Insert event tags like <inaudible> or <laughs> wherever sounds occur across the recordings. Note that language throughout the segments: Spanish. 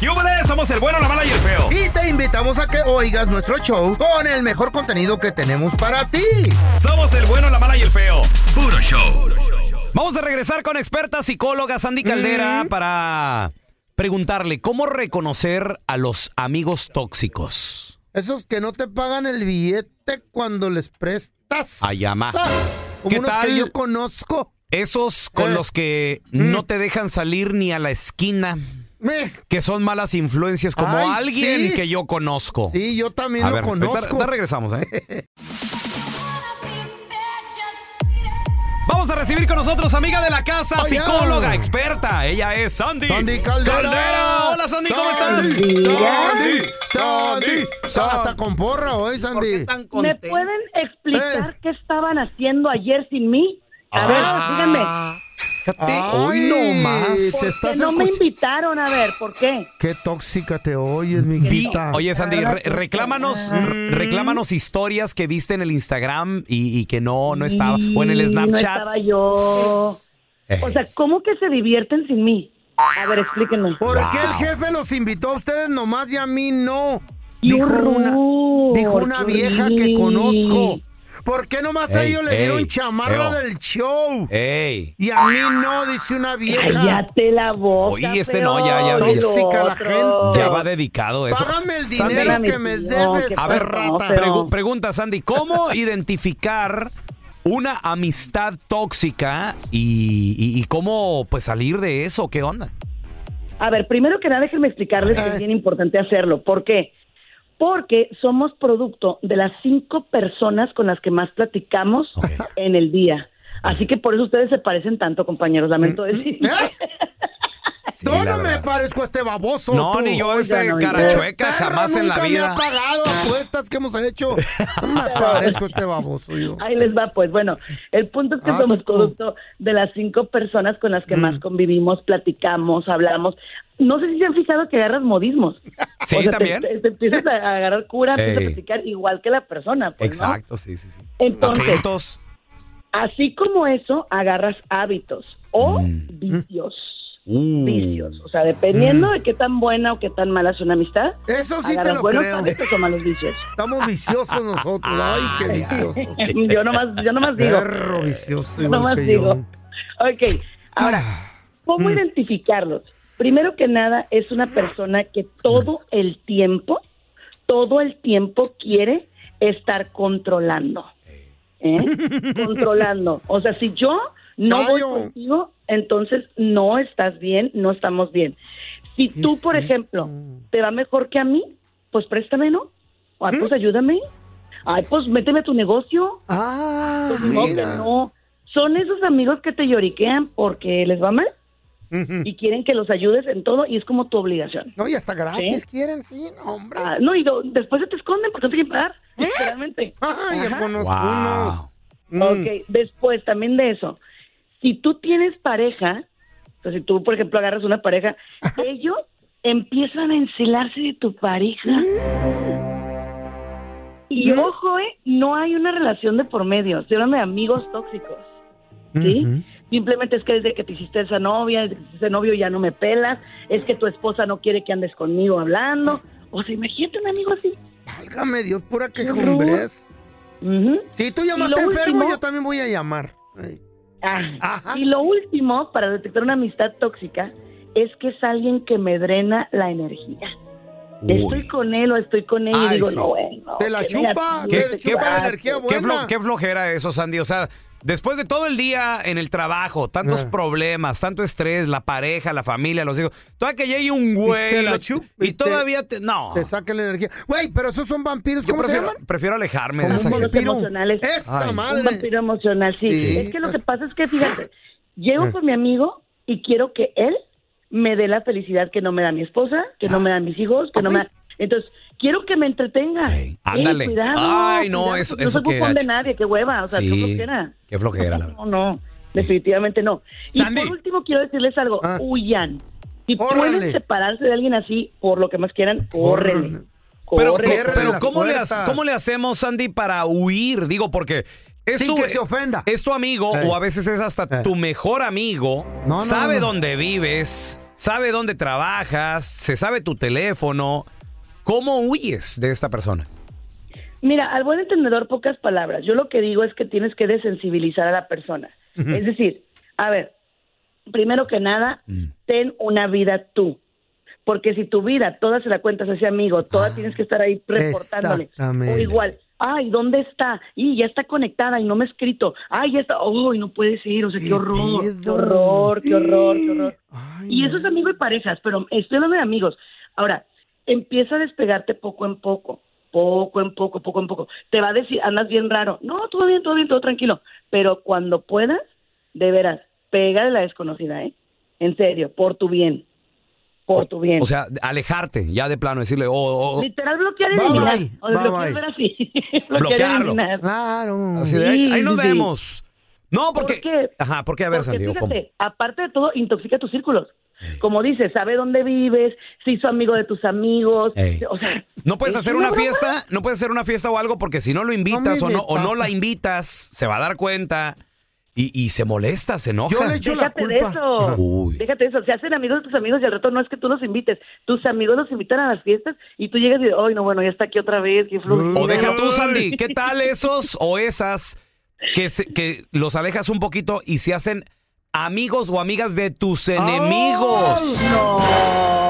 ¡Yúbales! Somos el bueno, la mala y el feo. Y te invitamos a que oigas nuestro show con el mejor contenido que tenemos para ti. Somos el bueno, la mala y el feo. Puro show. Vamos a regresar con experta psicóloga Sandy Mm. Caldera para preguntarle cómo reconocer a los amigos tóxicos. Esos que no te pagan el billete cuando les prestas. Allá, ma. Como ¿Qué unos tal? que yo conozco. Esos con Eh. Mm. los que no te dejan salir ni a la esquina, Meh. que son malas influencias como Ay, alguien sí. que yo conozco. Sí, yo también a lo ver, ahorita- conozco. ahorita regresamos, ¿eh? <laughs> Vamos a recibir con nosotros amiga de la casa, Oh, yeah. psicóloga, experta. Ella es Sandy. Sandy Caldera. Hola, Sandy, ¿cómo estás? Sandy, Sandy, Sandy, Sandy. Hasta con porra hoy, ¿Por qué Sandy. tan ¿Me contenta? pueden explicar Eh. qué estaban haciendo ayer sin mí? A Ah. Ah. ver, díganme. Fíjate, hoy no más. Te Que estás no me escuch- invitaron, a ver, ¿por qué? Qué tóxica te oyes, mi Vi- hijita. oye, Sandy, re- reclámanos, re- Mm. reclámanos historias que viste en el Instagram y, y que no, no estaba. O en el Y Mm, No Snapchat. estaba yo. Eh. O sea, ¿cómo que se divierten sin mí? A ver, explíquenme. ¿Por Wow. qué el jefe los invitó a ustedes nomás y a mí no? Qué Dijo una, horror, dijo una qué vieja que horrible. conozco. ¿Por qué nomás a Ey, ellos le ey, dieron chamarra feo. del show? Ey. Y a mí no, dice una vieja. Cállate la boca. Oye, este feo, no, ya, ya, ya. y lo Tóxica la otro. gente. Ya va dedicado eso. Págame el Sandy, dinero Sandy. que me No, debes, qué a perro, rata. pero- Pregu- pregunta, Sandy, ¿cómo <laughs> identificar una amistad tóxica y, y- y cómo pues salir de eso? ¿Qué onda? A ver, primero que nada, déjenme explicarles que es bien importante hacerlo. ¿Por qué? Porque somos producto de las cinco personas con las que más platicamos Ok. en el día. Así que por eso ustedes se parecen tanto, compañeros. Mm, <laughs> Lamento decir. Ah. <laughs> ¿Eh? Sí, Yo la no me verdad. parezco a este baboso. No, tú. ni yo este Oigan, oigan. carachueca, Perra, jamás en la nunca vida. me ha pagado apuestas que hemos <laughs> hecho. No me parezco a este baboso yo. Ahí les va, pues bueno, el punto Ah, es que Asco. somos producto de las cinco personas con las que Mm. más convivimos, platicamos, hablamos. No sé si se han fijado que agarras modismos. Sí, O sea, te- también. Te, te empiezas a agarrar cura, Ey. empiezas a platicar igual que la persona. pues, ¿no? Exacto, sí, sí, sí. Entonces, Acentos. Así como eso, agarras hábitos o Mm. vicios. Uh. Mm. Vicios. O sea, dependiendo de qué tan buena o qué tan mala es una amistad, Eso sí te agarras lo buenos creo. ¿eh? hábitos o <laughs> malos vicios. <laughs> Estamos viciosos nosotros. Ay, qué viciosos. yo nomás, yo nomás digo. Perro vicioso. Yo igual nomás que digo. yo. Ok, ahora, ¿cómo Mm. identificarlos? Primero que nada, es una persona que todo el tiempo, todo el tiempo quiere estar controlando. <laughs> ¿eh? controlando. O sea, si yo no voy Chayo. contigo, entonces no estás bien, no estamos bien. Si tú, es por ejemplo, te va mejor que a mí, pues préstamelo O ¿Mm? pues ayúdame. Ay, pues méteme a tu negocio. Ah, Pues, no, que mira. no. Son esos amigos que te lloriquean porque les va mal Ujú. y quieren que los ayudes en todo y es como tu obligación. No, y hasta gratis ¿Sí? quieren, sí, no, hombre. Ah, no, y do- después se te esconden porque no te quieren pagar. Literalmente. Ay, ya Ah, Ajá. conozco Wow. unos. Mm. Ok, después también de eso, si tú tienes pareja, o sea, si tú, por ejemplo, agarras una pareja, ellos empiezan a encelarse de tu pareja. Mm. Y ojo, eh, no hay una relación de por medio, estoy hablando de amigos tóxicos, ¿sí? Ujú. Simplemente es que desde que te hiciste esa novia, desde que te hiciste novio ya no me pelas, es que tu esposa no quiere que andes conmigo hablando. O sea, imagínate un amigo así. Válgame Dios, pura quejumbres. Ujú. Si tú llamaste Y lo enfermo, último- yo también voy a llamar. Ay. Ah, Ajá. Y lo último, para detectar una amistad tóxica, es que es alguien que me drena la energía. Estoy Uy. con él o estoy con ella Ay, y digo, sí. no, bueno. Te la qué chupa, negativo, ¿Qué, Qué te qué- chupa la chupa. energía qué flo- buena. qué flojera eso, Sandy. O sea, después de todo el día en el trabajo, tantos Ah. problemas, tanto estrés, la pareja, la familia, los hijos, todavía que llegue un güey te la lo- chup- y, y te- todavía te... No, Te saca la energía. Güey, pero esos son vampiros. yo ¿Cómo se prefiero, llaman? prefiero alejarme de Como esa un gente. vampiro. Emocionales. Esa Ay. madre. Un vampiro emocional, sí. Sí. Es que lo que pasa es que, fíjate, llego Eh. con mi amigo y quiero que él me dé la felicidad que no me da mi esposa, que no me dan mis hijos, que no me da... Entonces, quiero que me entretenga. Ey, Eh, ándale. cuidado, Ay, no, cuidado, eso- no eso soy qué bufón de gacho. nadie, qué hueva, o sea, qué Sí, flojera. qué flojera, la verdad. No, no, definitivamente no. Y Sandy. por último, quiero decirles algo. Ah. Huyan. Si Córranle. pueden separarse de alguien así, por lo que más quieran, Córranle. córrenle. Pero, Córrenle, ¿cómo- Cierren pero las ¿cómo, le ha- puertas. ¿cómo le hacemos, Sandy, para huir? Digo, porque es Sin tu, que se ofenda. es tu amigo Eh. o a veces es hasta Eh. tu mejor amigo, No, no, sabe no, no. dónde vives, sabe dónde trabajas, se sabe tu teléfono. ¿Cómo huyes de esta persona? Mira, al buen entendedor, pocas palabras. Yo lo que digo es que tienes que desensibilizar a la persona. Ujú. Es decir, a ver, primero que nada, ten una vida tú. Porque si tu vida toda se la cuentas a ese amigo, toda tienes que estar ahí reportándole. exactamente. O igual, ay, ¿dónde está? Y ya está conectada y no me ha escrito. Ay, ya está. Uy, no puedes ir. O sea, qué horror, qué pedo? horror, qué horror, qué horror. Ay, Y no. eso es amigo y parejas, pero estoy hablando de amigos. Ahora, empieza a despegarte poco en poco, poco en poco, poco en poco. Te va a decir, andas bien raro. No, todo bien, todo bien, todo tranquilo. Pero cuando puedas, de veras, pégale la desconocida, ¿eh? En serio, por tu bien. Por tu bien. O sea, alejarte ya de plano, decirle, oh, oh, oh. literal bloquear y Bye, eliminar. bye, O desbloquear, bye, ver así. <laughs> Bloquearlo. y eliminar. Claro. Así de, ahí, ahí nos Sí, sí. vemos. No, ¿Por porque. qué? Ajá, porque a ver, Porque Santiago, ¿cómo? fíjate, aparte de todo, intoxica tus círculos. Como dices, sabe dónde vives, se hizo amigo de tus amigos. Ey. O sea, No puedes es hacer una broma. fiesta, no puedes hacer una fiesta o algo porque si no lo invitas No o, me no, o no invitas. la invitas, se va a dar cuenta y, y se molesta, se enoja. Yo le echo la Déjate de culpa. eso. Uy. Déjate de eso. Se hacen amigos de tus amigos y al rato no es que tú los invites. Tus amigos los invitan a las fiestas y tú llegas y dices, ay, no, bueno, ya está aquí otra vez. qué flojera". O deja tú, Sandy, ¿qué tal esos o esas que, se- que los alejas un poquito y se hacen amigos o amigas de tus enemigos? No.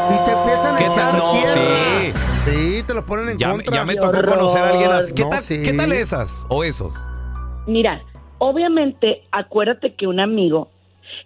Y te empiezan a ¿Qué tal? echar No, tierra. Sí, te lo ponen en Ya, me- contra. ya me Qué tocó horror. conocer a alguien así. ¿Qué, No, tal, sí. ¿Qué tal esas o esos? Mira, obviamente, acuérdate que un amigo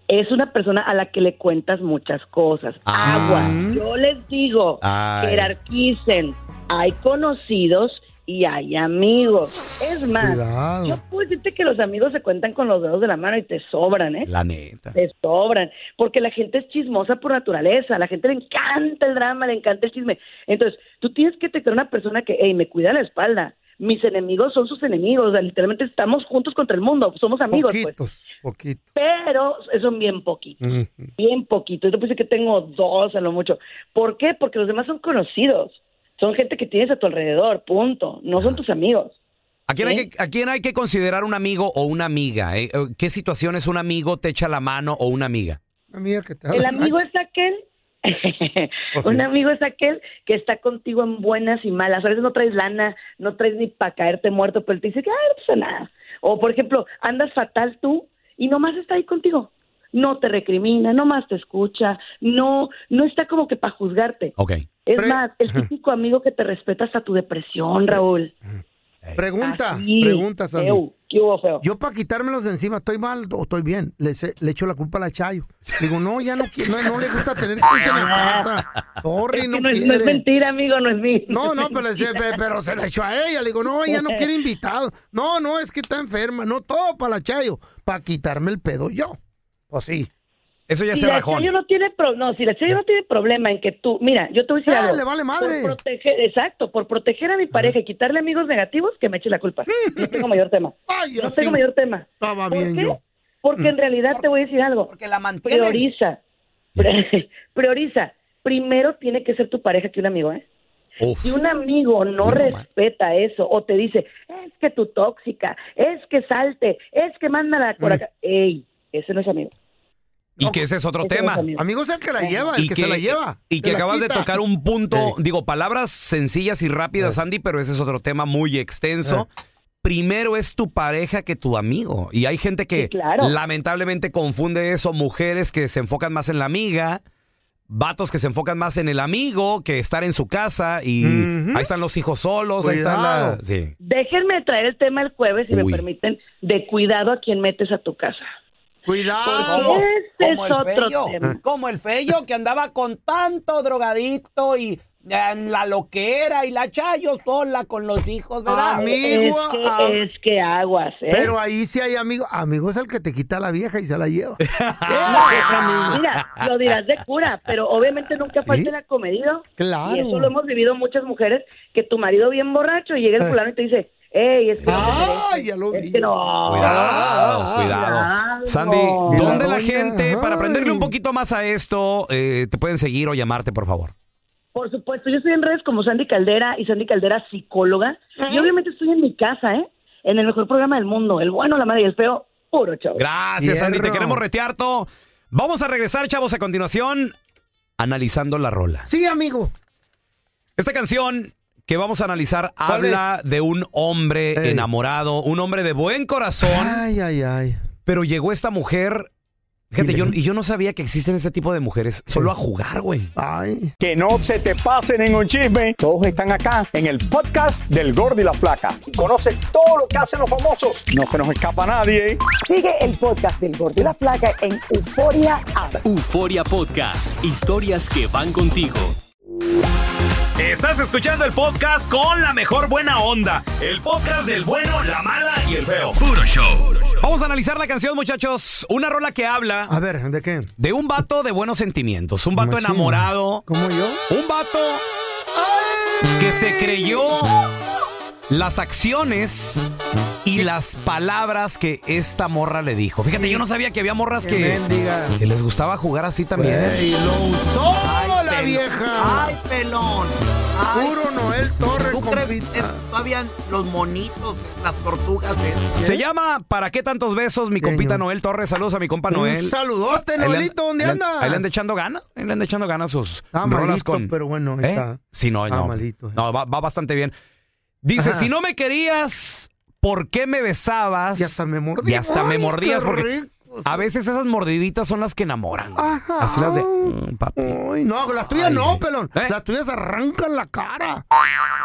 es una persona a la que le cuentas muchas cosas. Ah. Agua. Yo les digo, Ay. jerarquicen. Hay conocidos y hay amigos. Es más, Cuidado. yo puedo decirte que los amigos se cuentan con los dedos de la mano y te sobran, ¿eh? La neta. Este, Te sobran, porque la gente es chismosa por naturaleza, a la gente le encanta el drama, le encanta el chisme. Entonces, tú tienes que detectar una persona que, hey, me cuida la espalda, mis enemigos son sus enemigos, o sea, literalmente estamos juntos contra el mundo, somos amigos, pues. poquitos, poquitos. Mm. Pero son bien poquitos, Ujú. bien poquitos. Yo pensé que tengo dos a lo mucho. ¿Por qué? Porque los demás son conocidos, son gente que tienes a tu alrededor, punto, no son tus amigos. ¿A quién, hay ¿Eh? que, ¿A quién hay que considerar un amigo o una amiga? eh? ¿Qué situaciones un amigo te echa la mano o una amiga? Una amiga que te El habla amigo gacho. es aquel. <laughs> Pues sí. un amigo es aquel que está contigo en buenas y malas. A veces no traes lana, no traes ni para caerte muerto, pero él te dice que "Ah, no pasa nada. O, por ejemplo, andas fatal tú y nomás está ahí contigo. No te recrimina, nomás te escucha, no, no está como que para juzgarte. Ok. Es Oh. Pre- más, el típico amigo que te respeta hasta tu depresión, Raúl. Pregunta, Así. pregunta, Sandy. Feo. ¿Qué hubo, feo? Yo para quitármelos de encima, ¿estoy mal o estoy bien? Le, se- le echo la culpa a la Chayo. Digo, no, ya no qui- no, no le gusta tener gente en la casa. Ah. Es Sorry, que no, no, es, no es quiere. mentira, amigo, no es mío. No, <laughs> no, pero, se- pe- pero se lo echó a ella. Le digo, no, ella no quiere invitado. No, no, es que está enferma. No, todo para la Chayo. Para quitarme el pedo yo. Pues sí. Eso ya si se la rajón. Chayo no tiene pro- no, si la Chayo no tiene problema en que tú, mira, yo te voy a decir Ah, algo. le vale madre. Por proteger, exacto, por proteger a mi pareja y quitarle amigos negativos, que me eche la culpa. No tengo mayor tema. <laughs> Ay, No así tengo mayor tema. estaba ¿Por bien qué? yo. Mm. Porque en realidad te voy a decir algo. la mantiene. Prioriza. Pre- <laughs> Prioriza. Primero tiene que ser tu pareja que un amigo, ¿eh? Uf. Si un amigo no Mira nomás. respeta eso o te dice, es que tú tóxica, es que salte, es que mándala Mm. por acá, ey, ese no es amigo. Y que ese es otro Ese no es tema. amigo. Amigo es el que la lleva, el y que, se la lleva. y que Se la acabas de quita. tocar un punto, digo, palabras sencillas y rápidas, Andy, pero ese es otro tema muy extenso. Primero es tu pareja que tu amigo. Y hay gente que Sí, claro. lamentablemente confunde eso, mujeres que se enfocan más en la amiga, vatos que se enfocan más en el amigo que estar en su casa y Ujú. ahí están los hijos solos, ahí Cuidado. están la... Sí. Déjenme traer el tema el jueves, si Uy. me permiten, de cuidado a quien metes a tu casa. Cuidado. Porque ese es otro <laughs> tema. como el fello que andaba con tanto drogadito y eh, la loquera y la chayo sola con los hijos, Amigo. es, que, am- es que aguas, ¿eh? Pero ahí sí hay amigo. Amigo es el que te quita a la vieja y se la <laughs> lleva. ¡Eh! No, mira, lo dirás de cura, pero obviamente nunca falta ah. Sí. el acomedido. Claro. Y eso lo hemos vivido muchas mujeres, que tu marido bien borracho y llega el Eh. fulano y te dice, ey, es que no te Ah, mereces, ya lo es vi. que no. Ah, Cuidado, cuidado. cuidado. Sandy, ¿dónde la Doña, gente, ajá. para aprenderle un poquito más a esto, eh, te pueden seguir o llamarte, por favor? Por supuesto, yo estoy en redes como Sandy Caldera y Sandy Caldera psicóloga. Y obviamente estoy en mi casa, ¿eh? En el mejor programa del mundo, el bueno, la madre y el feo, puro chavo. Gracias, Sandy. Te Hierro. queremos retear todo. Vamos a regresar, chavos, a continuación. analizando la rola. Sí, amigo. Esta canción que vamos a analizar habla de un hombre Ey. Ah. enamorado, un hombre de buen corazón, Ay, ay, ay. pero llegó esta mujer. Fíjate, Dile. yo, y yo no sabía que existen ese tipo de mujeres solo a jugar, güey. Ay. Que no se te pase ningún chisme. Todos están acá en el podcast del Gordi y la Flaca. Y conoce todo lo que hacen los famosos. No se nos escapa nadie. Sigue el podcast del Gordo y la Flaca en Euforia App. Euforia Podcast, historias que van contigo. Estás escuchando el podcast con la mejor buena onda. El podcast del bueno, la mala y el feo. Puro show. Vamos a analizar la canción, muchachos. Una rola que habla A ver, ¿de qué? de un vato de buenos sentimientos, un vato Machín. enamorado, ¿Cómo yo? un vato que se creyó las acciones y las palabras que esta morra le dijo. Fíjate, yo no sabía que había morras Qué que, mendiga. que les gustaba jugar así también. ¿eh? Ey, lo usó la pelón. Ah, vieja. Ay, pelón. Ay, Puro Noel Torres. ¿Tú crees que compita. todavía los monitos, las tortugas? de- Se llama ¿Para qué tantos besos? Mi Señor. compita Noel Torres. Saludos a mi compa Un Noel. saludote, Ahí le Noelito, an- ¿dónde le an- andas? Ahí le anda echando ganas. Ahí le anda echando ganas sus Ah, rolas malito, con. pero bueno, ahí ¿Eh? está. Sí, no, Ah, no. malito, eh. No, va, va bastante bien. Dice: Ajá. Si no me querías, ¿por qué me besabas? Y hasta me mordí. Y hasta me Ay, mordías. qué Porque rico. a veces esas mordiditas son las que enamoran. Ajá. Así las de. "Mm, papi". Ay, no, las tuyas Ay, no, ay. pelón. ¿Eh? Las tuyas arrancan la cara.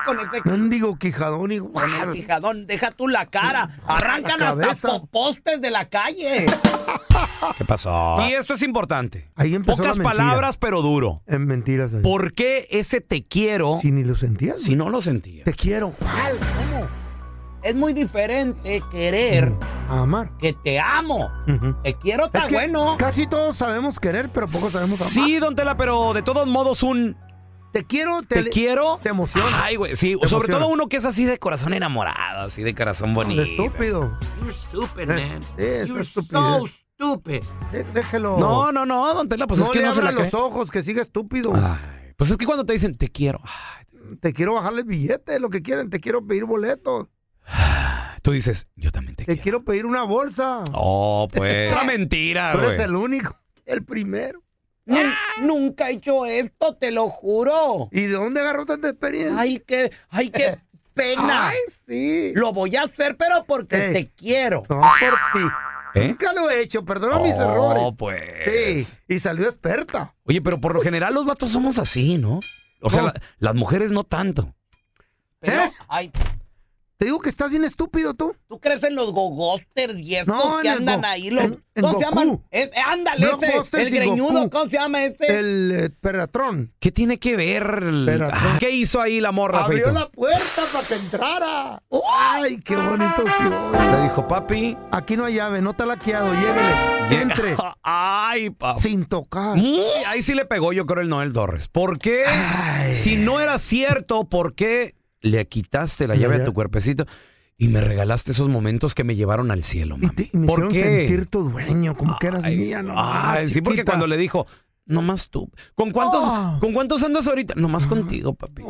Con este Mendigo quijadón, hijo. con el quijadón, deja tú la cara. Arrancan La cabeza. hasta po- postes de la calle. <laughs> ¿Qué pasó? Y esto es importante. Ahí empezó Pocas la mentira. palabras, pero duro. En mentiras. ahí. ¿Por qué ese te quiero Si ni lo sentías. si no lo sentía? Te quiero. Mal, ¿cómo? Es muy diferente Er- querer Mm. A amar. que te amo. Ujú. Te quiero Es tan que bueno. Casi todos sabemos querer, pero pocos sabemos amar. Sí, don Tela, pero de todos modos un Te quiero, te, te quiero. Te emociona. Ay, güey, sí. Te sobre emociona. todo uno que es así de corazón enamorado, así de corazón bonito. Estúpido. You're stupid, Eh, man. esa You're so estupidez. stupid. Eh, Déjelo. No, no, no, don Tela, pues no es que le no se abra la los cree. ojos, que sigue estúpido. Ay, pues es que cuando te dicen te quiero, ay, Te quiero bajarle billetes, lo que quieren. Te quiero pedir boletos. tú dices, yo también te, Te quiero. quiero pedir una bolsa. Oh, <laughs> pues. Otra mentira, Tú eres güey. el único, el primero. Nun- Nunca he hecho esto, te lo juro. ¿Y de dónde agarró tanta experiencia? Ay, qué, <laughs> ay, qué pena. Ay, sí. Lo voy a hacer, pero porque Ey. te quiero. No, por ti. ¿Eh? Nunca lo he hecho. Perdona mis Oh, errores. pues. Sí, y salió experta. Oye, pero por lo general los vatos somos así, ¿no? O sea, No. la- las mujeres no tanto. Pero, ¿Eh? ay, Te digo que estás bien estúpido tú. ¿tú crees en los gogosters y estos No, en que el andan Go- ahí? Los, en- en ¿Cómo se Goku. llaman? Es- eh, ándale, ese, Blockbusters el y greñudo, Goku. ¿cómo se llama ese? El eh, Perratron. ¿Qué tiene que ver? el- Espérate. Ah, ¿Qué hizo ahí la morra, Abrió Feito? la puerta para que entrara. Ay, qué bonito sí. Le dijo, papi. Aquí no hay llave, no está laqueado. Llévele. Entre. <laughs> Ay, papá. Sin tocar. Muy- Ahí sí le pegó, yo creo, el Noel Torres. ¿Por qué? Ay. Si no era cierto, ¿por qué le quitaste la llave a tu cuerpecito y me regalaste esos momentos que me llevaron al cielo, Y mami? te, y me ¿Por hicieron qué? sentir tu dueño, como que eras Ay, mía, ¿no? ay, sí, porque cuando le dijo, nomás tú. ¿Con cuántos, Oh. ¿con cuántos andas ahorita? Ah. Nomás contigo, papi.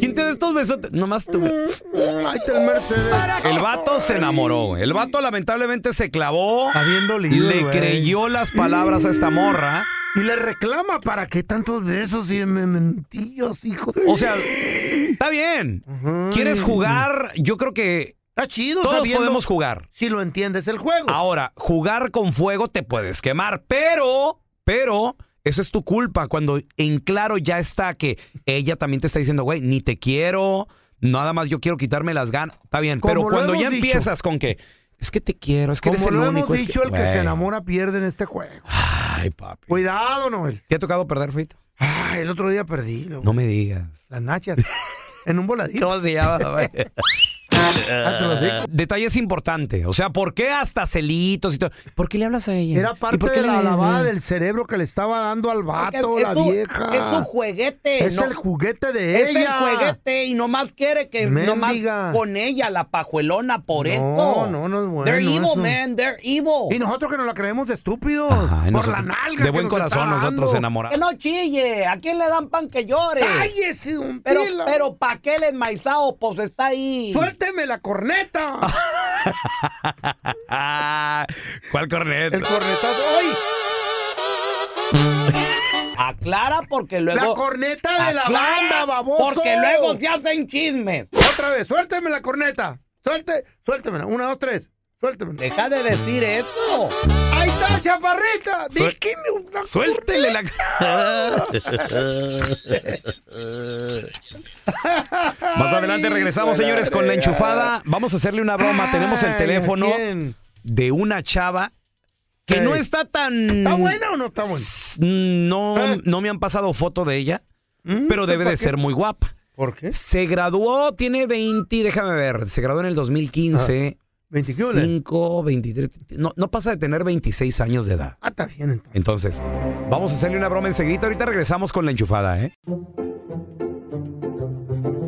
¿Quién te da estos besotes? Nomás tú. Ay, está el Mercedes. El vato se enamoró. El vato lamentablemente se clavó. Está bien dolido, Le güey. creyó las palabras a esta morra. Y le reclama para qué tantos besos y me mentíos, hijo. O sea, está bien. Ajá. ¿Quieres jugar? Yo creo que está chido, todos sabiendo podemos Ah, jugar. si lo entiendes el juego. Ahora, jugar con fuego te puedes quemar, pero, pero, eso es tu culpa. Cuando en claro ya está que ella también te está diciendo, güey, ni te quiero, nada más yo quiero quitarme las ganas. Está bien, Como pero lo cuando hemos ya dicho. empiezas con que es que te quiero, es que Como eres el lo único. hemos es dicho, el que güey. se enamora pierde en este juego. Ay, papi. Cuidado, Noel. ¿Te ha tocado perder, Fito? Ay, el otro día perdí lo- No me digas. las nachas en un voladito. ¿Cómo se llama? güey? <laughs> Ah, te lo digo. Detalle es importante. O sea, ¿por qué hasta celitos y todo? ¿Por qué le hablas a ella? Era ¿Y parte por qué de la le- eh? lavada del cerebro que le estaba dando al Porque vato, la tu- Es vieja. tu juguete. Es no- el juguete de es el ella. juguete y nomás quiere que nomás Mendiga. con ella, la pajuelona, por No, esto. no, no es bueno They're evil, eso. man, they're evil. Y nosotros que nos la creemos de estúpidos. Ay, por nosotros- la nalga. De que buen nos corazón, está nosotros dando. Que enamorados. no chille. ¿A quién le dan pan que llore? ¡Cállese, un Pero, pila! pero ¿pa' qué el enmaizado? Pues está ahí. ¡Suélteme la <laughs> corneta! Ah, ¿Cuál cornet? El cornetazo. ¡Ay! Aclara porque luego. La corneta de la Aclara banda, baboso. Porque luego te hacen chismes. Otra vez, suélteme la corneta. Suelte, suéltemela. Una, dos, tres. Eh. Suéltemela. Deja de decir eso. Ahí está, chaparrita. Suel- Dígame una Suéltele la. <laughs> Más adelante regresamos, señores, con la enchufada. Vamos a hacerle una broma. Tenemos el Ay, teléfono ¿a quién? de una chava que Sí. no está tan. ¿Está buena o no está buena? S- No, Eh. no me han pasado foto de ella, Mm, pero debe ¿pa' de qué? ¿Eh? ser muy guapa. ¿Por qué? Se graduó, tiene 20, déjame ver, se graduó en el 2015. ¿20 Ah. qué ole? 5, 23, no, no pasa de tener 26 años de edad. Ah, está bien entonces. Entonces, vamos a hacerle una broma enseguida. Ahorita regresamos con la enchufada, ¿eh?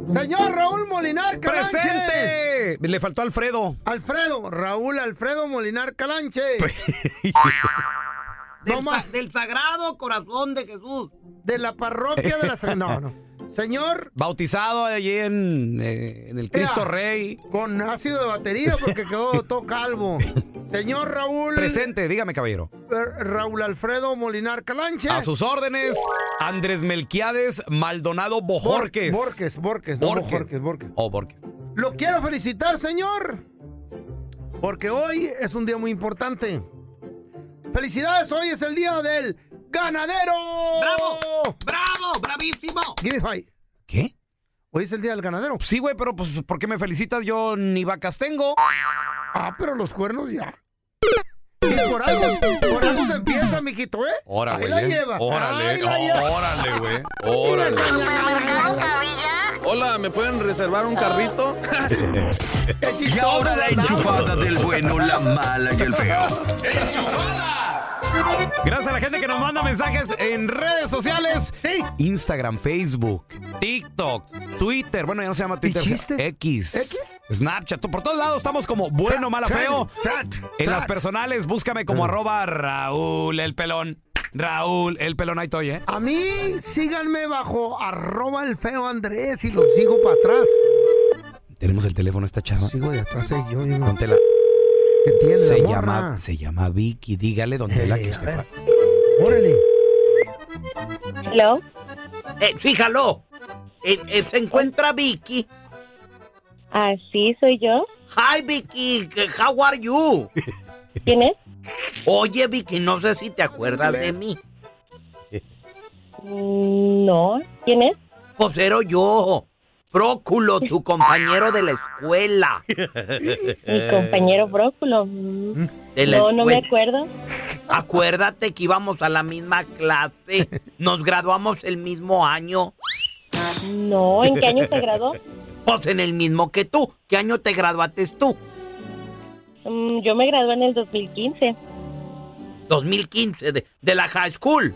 Señor Raúl Molinar Calanche. ¡Presente! Le faltó Alfredo. Alfredo, Raúl Alfredo Molinar Calanche. <laughs> Pues, Del, No más. sa- del sagrado corazón de Jesús. De la parroquia de la... No, no. Señor, Bautizado allí en, eh, en el Cristo Mira. Rey. con ácido de batería porque quedó todo <laughs> calvo. Señor Raúl... Presente, dígame, caballero. eh, Raúl Alfredo Molinar Calanche. A sus órdenes, Andrés Melquiades Maldonado Bor- Bojorques. Borges, Borges, no, Borges. Borges, Borges. Oh, Borges. Lo quiero felicitar, señor. Porque hoy es un día muy importante. Felicidades, hoy es el día del ganadero. ¡Bravo! ¡Bravo! ¡Bravísimo! Give me five. ¿Qué? Hoy es el día del ganadero. Sí, güey, pero pues, ¿por qué me felicitas? Yo ni vacas tengo. Ah, pero los cuernos ya. Y por algo, por algo se empieza, mijito, ¿eh? Órale, Ahí la lleva. Ahí Órale, oh, la lleva. <laughs> órale, güey. Órale. Hola, ¿me pueden reservar un carrito? <laughs> Qué chistosa Y ahora la la dama. enchufada del bueno, la mala y el <laughs> feo. Gracias a la gente que nos manda mensajes en redes sociales. Sí. Instagram, Facebook, TikTok, Twitter. Bueno, ya no se llama Twitter, se llama ¿Dijiste? X, ¿X? Snapchat. Por todos lados estamos como bueno, mala, feo. Chat, En las chat. personales, búscame como arroba Raúl el pelón. Raúl el pelón, ahí estoy, ¿eh? A mí, síganme bajo arroba el feo Andrés y los sigo para atrás. Tenemos el teléfono esta chava. Sigo de atrás, eh, yo, yo. Don Tela, ¿Qué tiene la Se morra? Eh, llama, se llama Vicky. Dígale, don Tela, que usted fue. Órale. Hello. Eh, fíjalo. Eh, eh, se encuentra Vicky. Así soy yo. Hi, Vicky. How are you? ¿Quién es? Oye, Vicky, no sé si te acuerdas de mí. No. ¿Quién es? Pues era yo. Próculo, tu compañero de la escuela. Mi compañero Bróculo. De Eh. Mm. la No, no me escuela. acuerdo. Acuérdate que íbamos a la misma clase. Nos graduamos el mismo año. No, ¿en qué año se graduó? Pues en el mismo que tú. ¿Qué año te graduaste tú? Mm, yo me gradué en el 2015. 2015, de, de la high school.